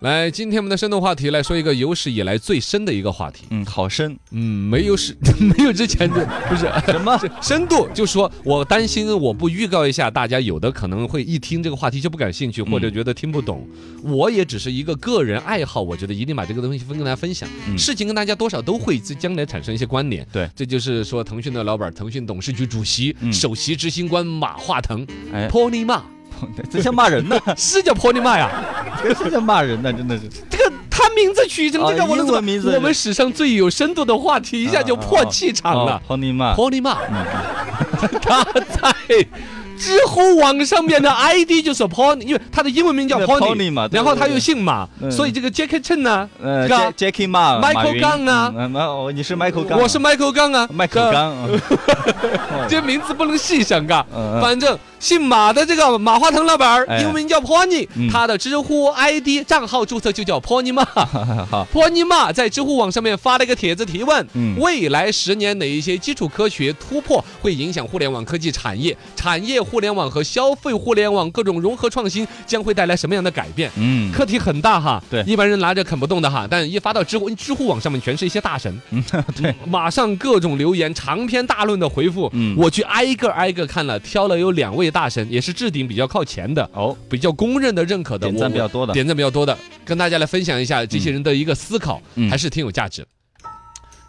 来，今天我们的深度话题来说一个有史以来最深的一个话题。嗯，好深。嗯，没有史 没有之前的不 是什么？深度，就说我担心我不预告一下，大家有的可能会一听这个话题就不感兴趣，或者觉得听不懂。我也只是一个个人爱好，我觉得一定把这个东西分跟大家分享。嗯事情跟大家多少都会自将来产生一些关联。对这就是说腾讯的老板、腾讯董事局主席、嗯首席执行官马化腾 哎 p o n y Ma 这像骂人呢，是叫 p o n y Ma 呀？ 这像骂人呢，真的是。这个他名字取成这个，啊我能怎英么文名字啊我们史上最有深度的话题一下就破气场了。好你妈！ p o n y Ma，他嗯 在知乎网上面的 ID 就是 Pony，因为他的英文名叫对 Pony Pony 嘛对然后他对对又姓马，嗯所以这个 Jackie Chen 呢，呃这个，Jack- Jackie 骂啊 Michael Gang 啊嗯，哦，你是 Michael 杠，我是 Michael 刚啊， Michael 杠， 嗯这这名字不能细想啊。嗯嗯反正姓马的这个马化腾老板儿，哎英文名叫 Pony，、嗯他的知乎 ID 账号注册就叫 Pony 马。 好， p o n y 马在知乎网上面发了一个帖子提问：嗯未来十年哪一些基础科学突破会影响互联网科技产业？产业互联网和消费互联网各种融合创新将会带来什么样的改变？嗯，课题很大哈，对一般人拿着啃不动的哈，但一发到知乎知乎网上面，全是一些大神，嗯 对，马上各种留言，长篇大论的回复，嗯我去挨个挨个看了，挑了有两位大神，也是置顶比较靠前的，哦，比较公认的、认可的，点赞我比较多的点赞比较多的，跟大家来分享一下这些人的一个思考，嗯还是挺有价值的。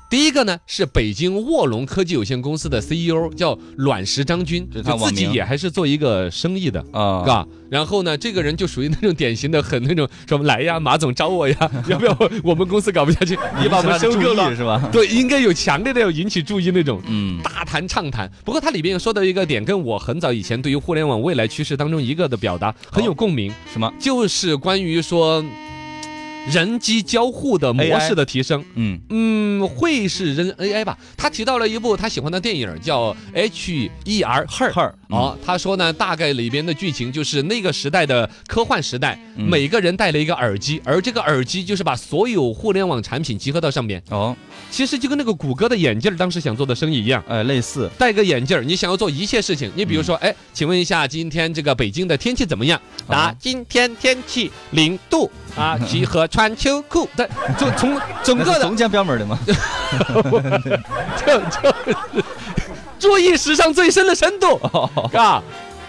第一个呢是北京卧龙科技有限公司的 CEO 叫阮石张军，这就是他自网己名也还是做一个生意的。啊，啊，然后呢，这个人就属于那种典型的很那种什么来呀，马总找我呀， 要不要我们公司搞不下去，你把我们收购引起他的 注了意，是吧？对，应该有强烈的要引起注意那种。嗯，大谈畅谈。不过它里边说的一个点，跟我很早以前对于互联网未来趋势当中一个的表达很有共鸣，哦什么？就是关于说人机交互的模 AI 式的提升。嗯，嗯，会是人 AI 吧？他提到了一部他喜欢的电影叫《H.E.R. E Her》。二哦，他说呢，大概里边的剧情就是那个时代的科幻时代，嗯每个人戴了一个耳机，而这个耳机就是把所有互联网产品集合到上面，哦，其实就跟那个谷歌的眼镜儿当时想做的生意一样。呃，类似，戴个眼镜儿，你想要做一切事情。你比如说，哎，请问一下，今天这个北京的天气怎么样？好答：今天天气零度啊，集合穿秋裤。对，就从整那个是的总讲标门的嘛，就就注意时尚最深的深度， 啊。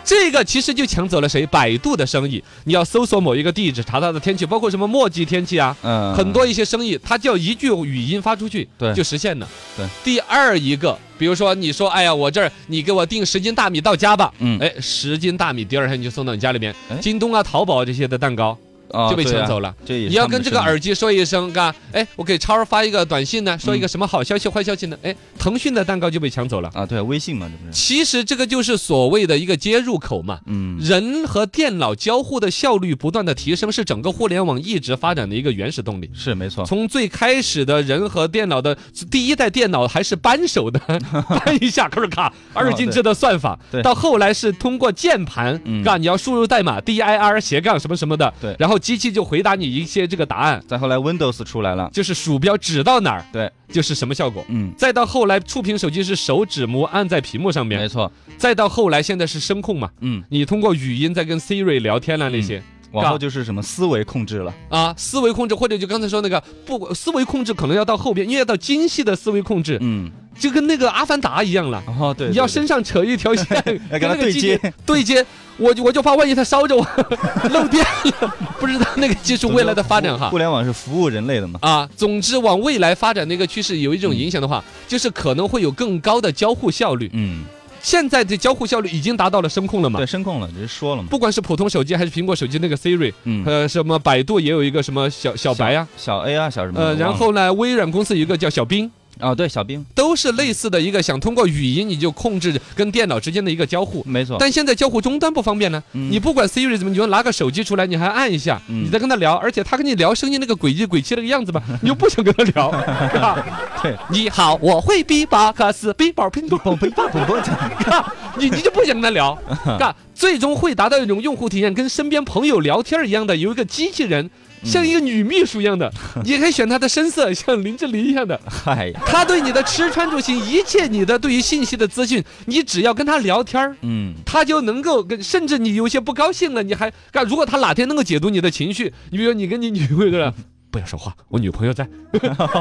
这个其实就抢走了谁百度的生意。你要搜索某一个地址，查它的天气，包括什么墨迹天气啊，嗯，很多一些生意，它叫一句语音发出去，对就实现了。对，第二一个，比如说你说，哎呀，我这儿你给我订十斤大米到家吧，嗯哎，十斤大米第二天就送到你家里面哎，京东啊、淘宝这些的蛋糕啊就被对啊抢走了。这也是嗯你要他们跟的这个生意耳机说一声，嘎，哎，我给超儿发一个短信呢，嗯说一个什么好消息、坏消息呢？哎，腾讯的蛋糕就被抢走了。啊，对啊，微信嘛，这不是，其实这个就是所谓的一个接入口嘛。嗯，人和电脑交互的效率不断的提升，是整个互联网一直发展的一个原始动力。是没错，从最开始的人和电脑的第一代电脑还是扳手 的，扳一下，咔咔，二进制的算法，哦对到后来是通过键盘嗯，啊，你要输入代码 dir 斜杠什么什么的，对然后机器就回答你一些这个答案，再后来 Windows 出来了，就是鼠标指到哪儿，对，就是什么效果。嗯，再到后来，触屏手机是手指模按在屏幕上没面，错，再到后来，现在是声控嘛，嗯，你通过语音在跟 Siri 聊天啊啦那些。往后就是什么思维控制了，啊，思维控制，或者就刚才说那个不思维控制，可能要到后边，因为要到精细的思维控制，嗯，就跟那个阿凡达一样了。哦，对，你要对身上扯一条 线，要跟跟它那个对机器接对接，我就我就怕万一它烧着我 漏电了，不知道那个技术总之未来的发展互哈 互。联网是服务人类的嘛，啊，总之往未来发展的一个趋势有一种影响的话，就是可能会有更高的交互效率。嗯，现在的交互效率已经达到了声控了嘛对，？声控了，只是说了嘛，不管是普通手机还是苹果手机那个 Siri，嗯，呃，什么百度也有一个什么小小白呀、小 A 啊，小什么的，呃，然忘了后呢，微软公司有一个叫小冰，哦，对，小冰，都是类似的一个想通过语音你就控制跟电脑之间的一个交互。没错，但现在交互终端不方便呢，嗯你不管 Siri 怎么，你就拿个手机出来，你还按一下，嗯你再跟他聊，而且他跟你聊声音那个诡计诡气那个样 子吧，你又不想跟他聊。是吧对，你好，我会比巴克斯比宝拼多蹦蹦蹦蹦蹦，嘎， 你你就不想跟他聊，嗯嘎，最终会达到一种用户体验跟身边朋友聊天一样的，有一个机器人。嗯像一个女秘书一样 的，你可以选她的深色，像林志玲一样的，嗨呀，她对你的吃穿住行，一切你的对于信息的资讯，你只要跟她聊天儿，嗯，她就能够跟，甚至你有些不高兴了，你还，嘎，如果她哪天能够解读你的情绪，你比如说你跟你女朋友对吧，不要说话，我女朋友在，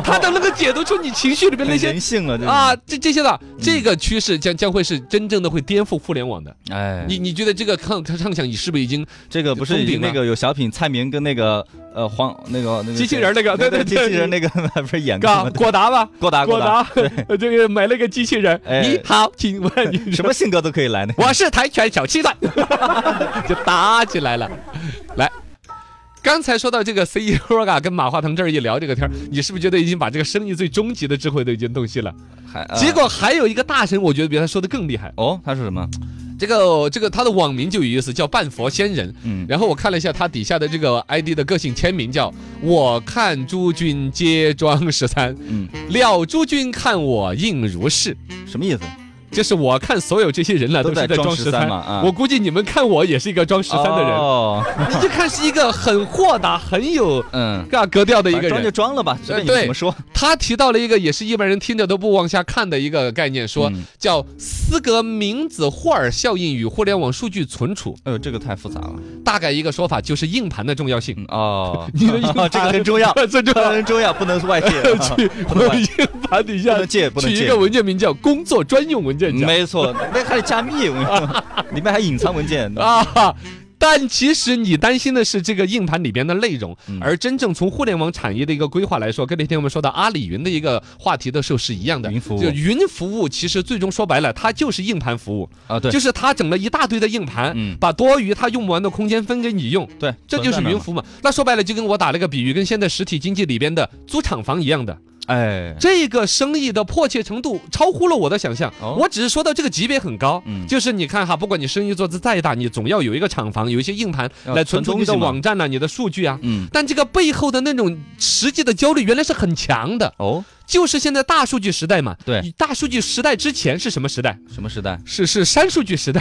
她都能够解读出你情绪里面那些人性了，这个啊，，这这些的这个趋势将将会是真正的会颠覆互联网的。哎，嗯你你觉得这个畅畅想，你是不是已经这个不是封已顶经那了个有小品蔡明跟那个呃黄那个那个机器人儿那个对对机对对器人那个 不是演过嘎嗯吗？果达吧？郭达果 达，这个买了个机器人哎。你好，请问你什么？性格都可以来呢？我是跆拳小 七段，就打起来了。来，刚才说到这个 CEO 啊，跟马化腾这儿一聊这个天儿，你是不是觉得已经把这个生意最终极的智慧都已经洞悉了？还呃结果还有一个大神，我觉得比他说的更厉害。哦，他说什么？这个这个他的网名就有意思，叫半佛仙人。嗯，然后我看了一下他底下的这个 ID 的个性签名叫“我看诸君皆庄十三嗯，”，了诸君看我应如是。什么意思？就是我看所有这些人呢，都都是在在装装十13三嘛啊我估计你们看我也是一个装十三的人，哦， 你就看是一个很豁达、很有嗯，啊格调 的一反个正装就人。装了吧，随便你们对怎么说。他提到了一个也是一般人听着都不往下看的一个概念，说嗯叫斯格明子霍尔效应与互联网数据存储。哎呦，这个太复杂了。大概一个说法就是硬盘的重要性。嗯哦， 你的硬哦 这个盘很 重要，最重这个要。很重 要，不能外泄，啊去不能我外硬盘底不下能借，不能取一借个。文件名叫“工作专用文件夹没错，那还得加密，我跟你说，里面还隐藏文 件”。啊。但其实你担心的是这个硬盘里边的内容嗯，而真正从互联网产业的一个规划来说，跟那天我们说到阿里云的一个话题的时候是一样的。云服务就云服务，其实最终说白了，它就是硬盘服务，啊，对，就是它整了一大堆的硬盘，嗯把多余它用不完的空间分给你用，对，这就是存在那云嘛。服务嘛。那说白了，就跟我打了个比喻，跟现在实体经济里边的租厂房一样的。哎，这个生意的迫切程度超乎了我的想象。哦我只是说到这个级别很高，嗯就是你看哈，不管你生意做得再大，你总要有一个厂房，有一些硬盘要来存存储东你的西嘛网站呐、你的数据啊。嗯，但这个背后的那种实际的焦虑，原来是很强的，哦，就是现在大数据时代嘛。对，大数据时代之前是什么时代？什么时代？是是删数据 时代，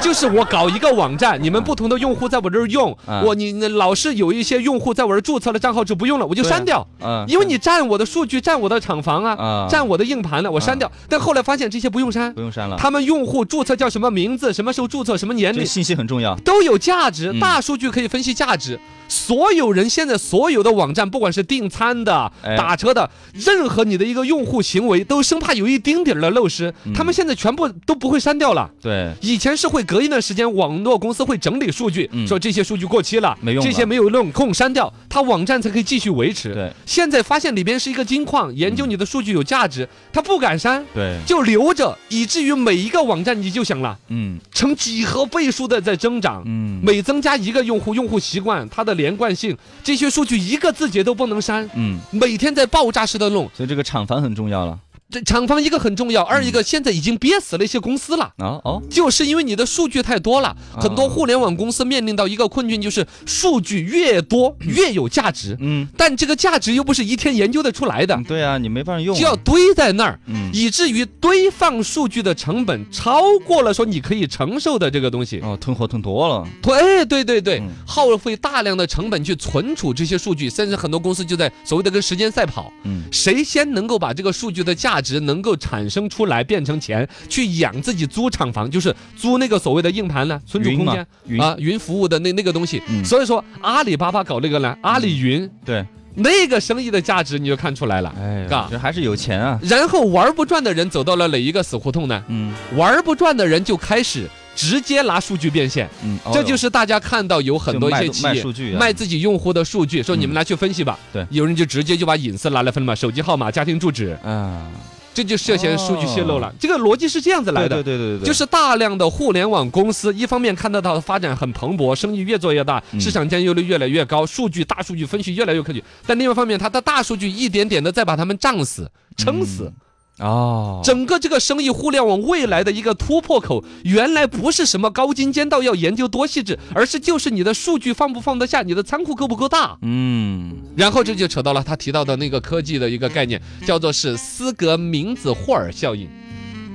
就是我搞一个网站，你们不同的用户在我这儿用，啊我你你老是有一些用户在我这儿注册了账号就不用了，我就对啊删掉。嗯，因为你占我的数据，占我的厂房啊，啊，嗯占我的硬盘了，我删掉。但后来发现这些不用删不，用删了，他们用户注册叫什么名字，什么时候注册，什么年这个龄。信息很重要。都有价值，嗯大数据可以分析价值。所有人现在所有的网站，不管是订餐的、哎打车的，任何你的一个用户行为，都生怕有一丁点儿的漏失嗯，他们现在全部都不会删掉了。对，以前是会隔一段时间，网络公司会整理数据嗯，说这些数据过期了，没用了这些没有用空删掉，它网站才可以继续维持。对，嗯现在发现里边是一个金矿，研究你的数据有价值，它不敢删，对，就留着，以至于每一个网站你就想了，嗯成几何倍数的在增长。嗯，每增加一个用户，用户习惯、它的连贯性，这些数据一个字节都不能删，嗯，每天在爆炸式的弄。所以这个厂房很重要了。这厂方一个很重要，二一个现在已经憋死了一些公司了。嗯哦哦，就是因为你的数据太多了，啊很多互联网公司面临到一个困境，就是数据越多越有价值，嗯，但这个价值又不是一天研究得出来的，对啊，你没办法用啊。就要堆在那儿，嗯，以至于堆放数据的成本超过了说你可以承受的这个东西。哦，囤货囤多了。哎对对对对嗯，耗费大量的成本去存储这些数据，甚至很多公司就在所谓的跟时间赛跑。嗯，谁先能够把这个数据的价值能够产生出来，变成钱，去养自己租厂房，就是租那个所谓的硬盘呢，存储云空嘛间云啊，云服务的那那个东西。嗯所以说，阿里巴巴搞那个呢，阿里云对，那个生意的价值你就看出来了。哎嘎呀，这还是有钱啊。然后玩不转的人走到了哪一个死胡同呢？嗯玩不转的人就开始直接拿数据变现，嗯，哦这哟就是大家看到有很就多一卖些东企卖业数据啊嗯卖自己用户的数据，说你们拿去分析吧。对有人就直接就把隐私拿来分了嘛，手机号码、家庭住址。啊，这就涉嫌数据泄露哦了。这个逻辑是这样子来的对。对对对对，就是大量的互联网公司，一方面看得到它发展很蓬勃，生意越做越大，嗯市场占有率越来越高，数据大数据分析越来越科学，但另外一方面，它的大数据一点点的在把他们胀死、嗯撑死。哦，整个这个生意互联网未来的一个突破口，原来不是什么高精尖到要研究多细致，而是就是你的数据放不放得下，你的仓库够不够大。嗯，然后这就扯到了他提到的那个科技的一个概念，叫做是斯格明子霍尔效应。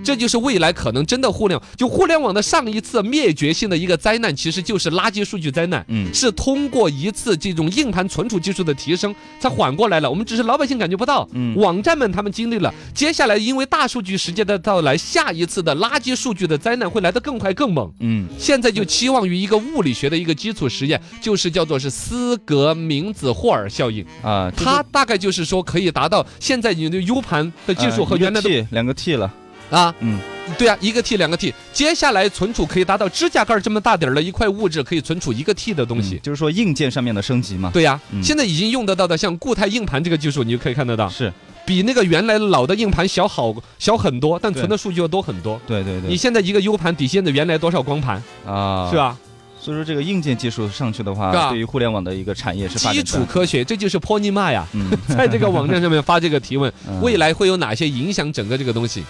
这就是未来可能真的互联网，就互联网的上一次灭绝性的一个灾难，其实就是垃圾数据灾难。嗯是通过一次这种硬盘存储技术的提升才缓过来了，我们只是老百姓感觉不到。嗯网站们他们经历了，接下来因为大数据时间的到来，下一次的垃圾数据的灾难会来得更快更猛。嗯，现在就期望于一个物理学的一个基础实验，就是叫做是斯格明子霍尔效应。啊，就是它大概就是说可以达到现在你的 U 盘的技术呃和一个原来的 T 两个 T 了，啊，嗯，对啊，一个 T 两个 T，接下来存储可以达到指甲盖儿这么大点儿的一块物质可以存储一个 T 的东西嗯。就是说硬件上面的升级嘛，对呀、嗯现在已经用得到的，像固态硬盘这个技术，你就可以看得到，是，比那个原来老的硬盘小好小很多，但对存的数据又多很多。对对对，你现在一个 U 盘抵现的原来多少光盘，啊，是，吧？所以说这个硬件技术上去的是吧话，对于互联网的一个产业是发基础展的，科学，这就是 p o n y m a 呀，嗯，在这个网站上面发这个提问，嗯 未来会有哪些影响整个这个东西？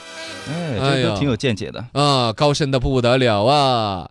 哎，哎这呀都挺有见解的。啊，高深的不得了啊！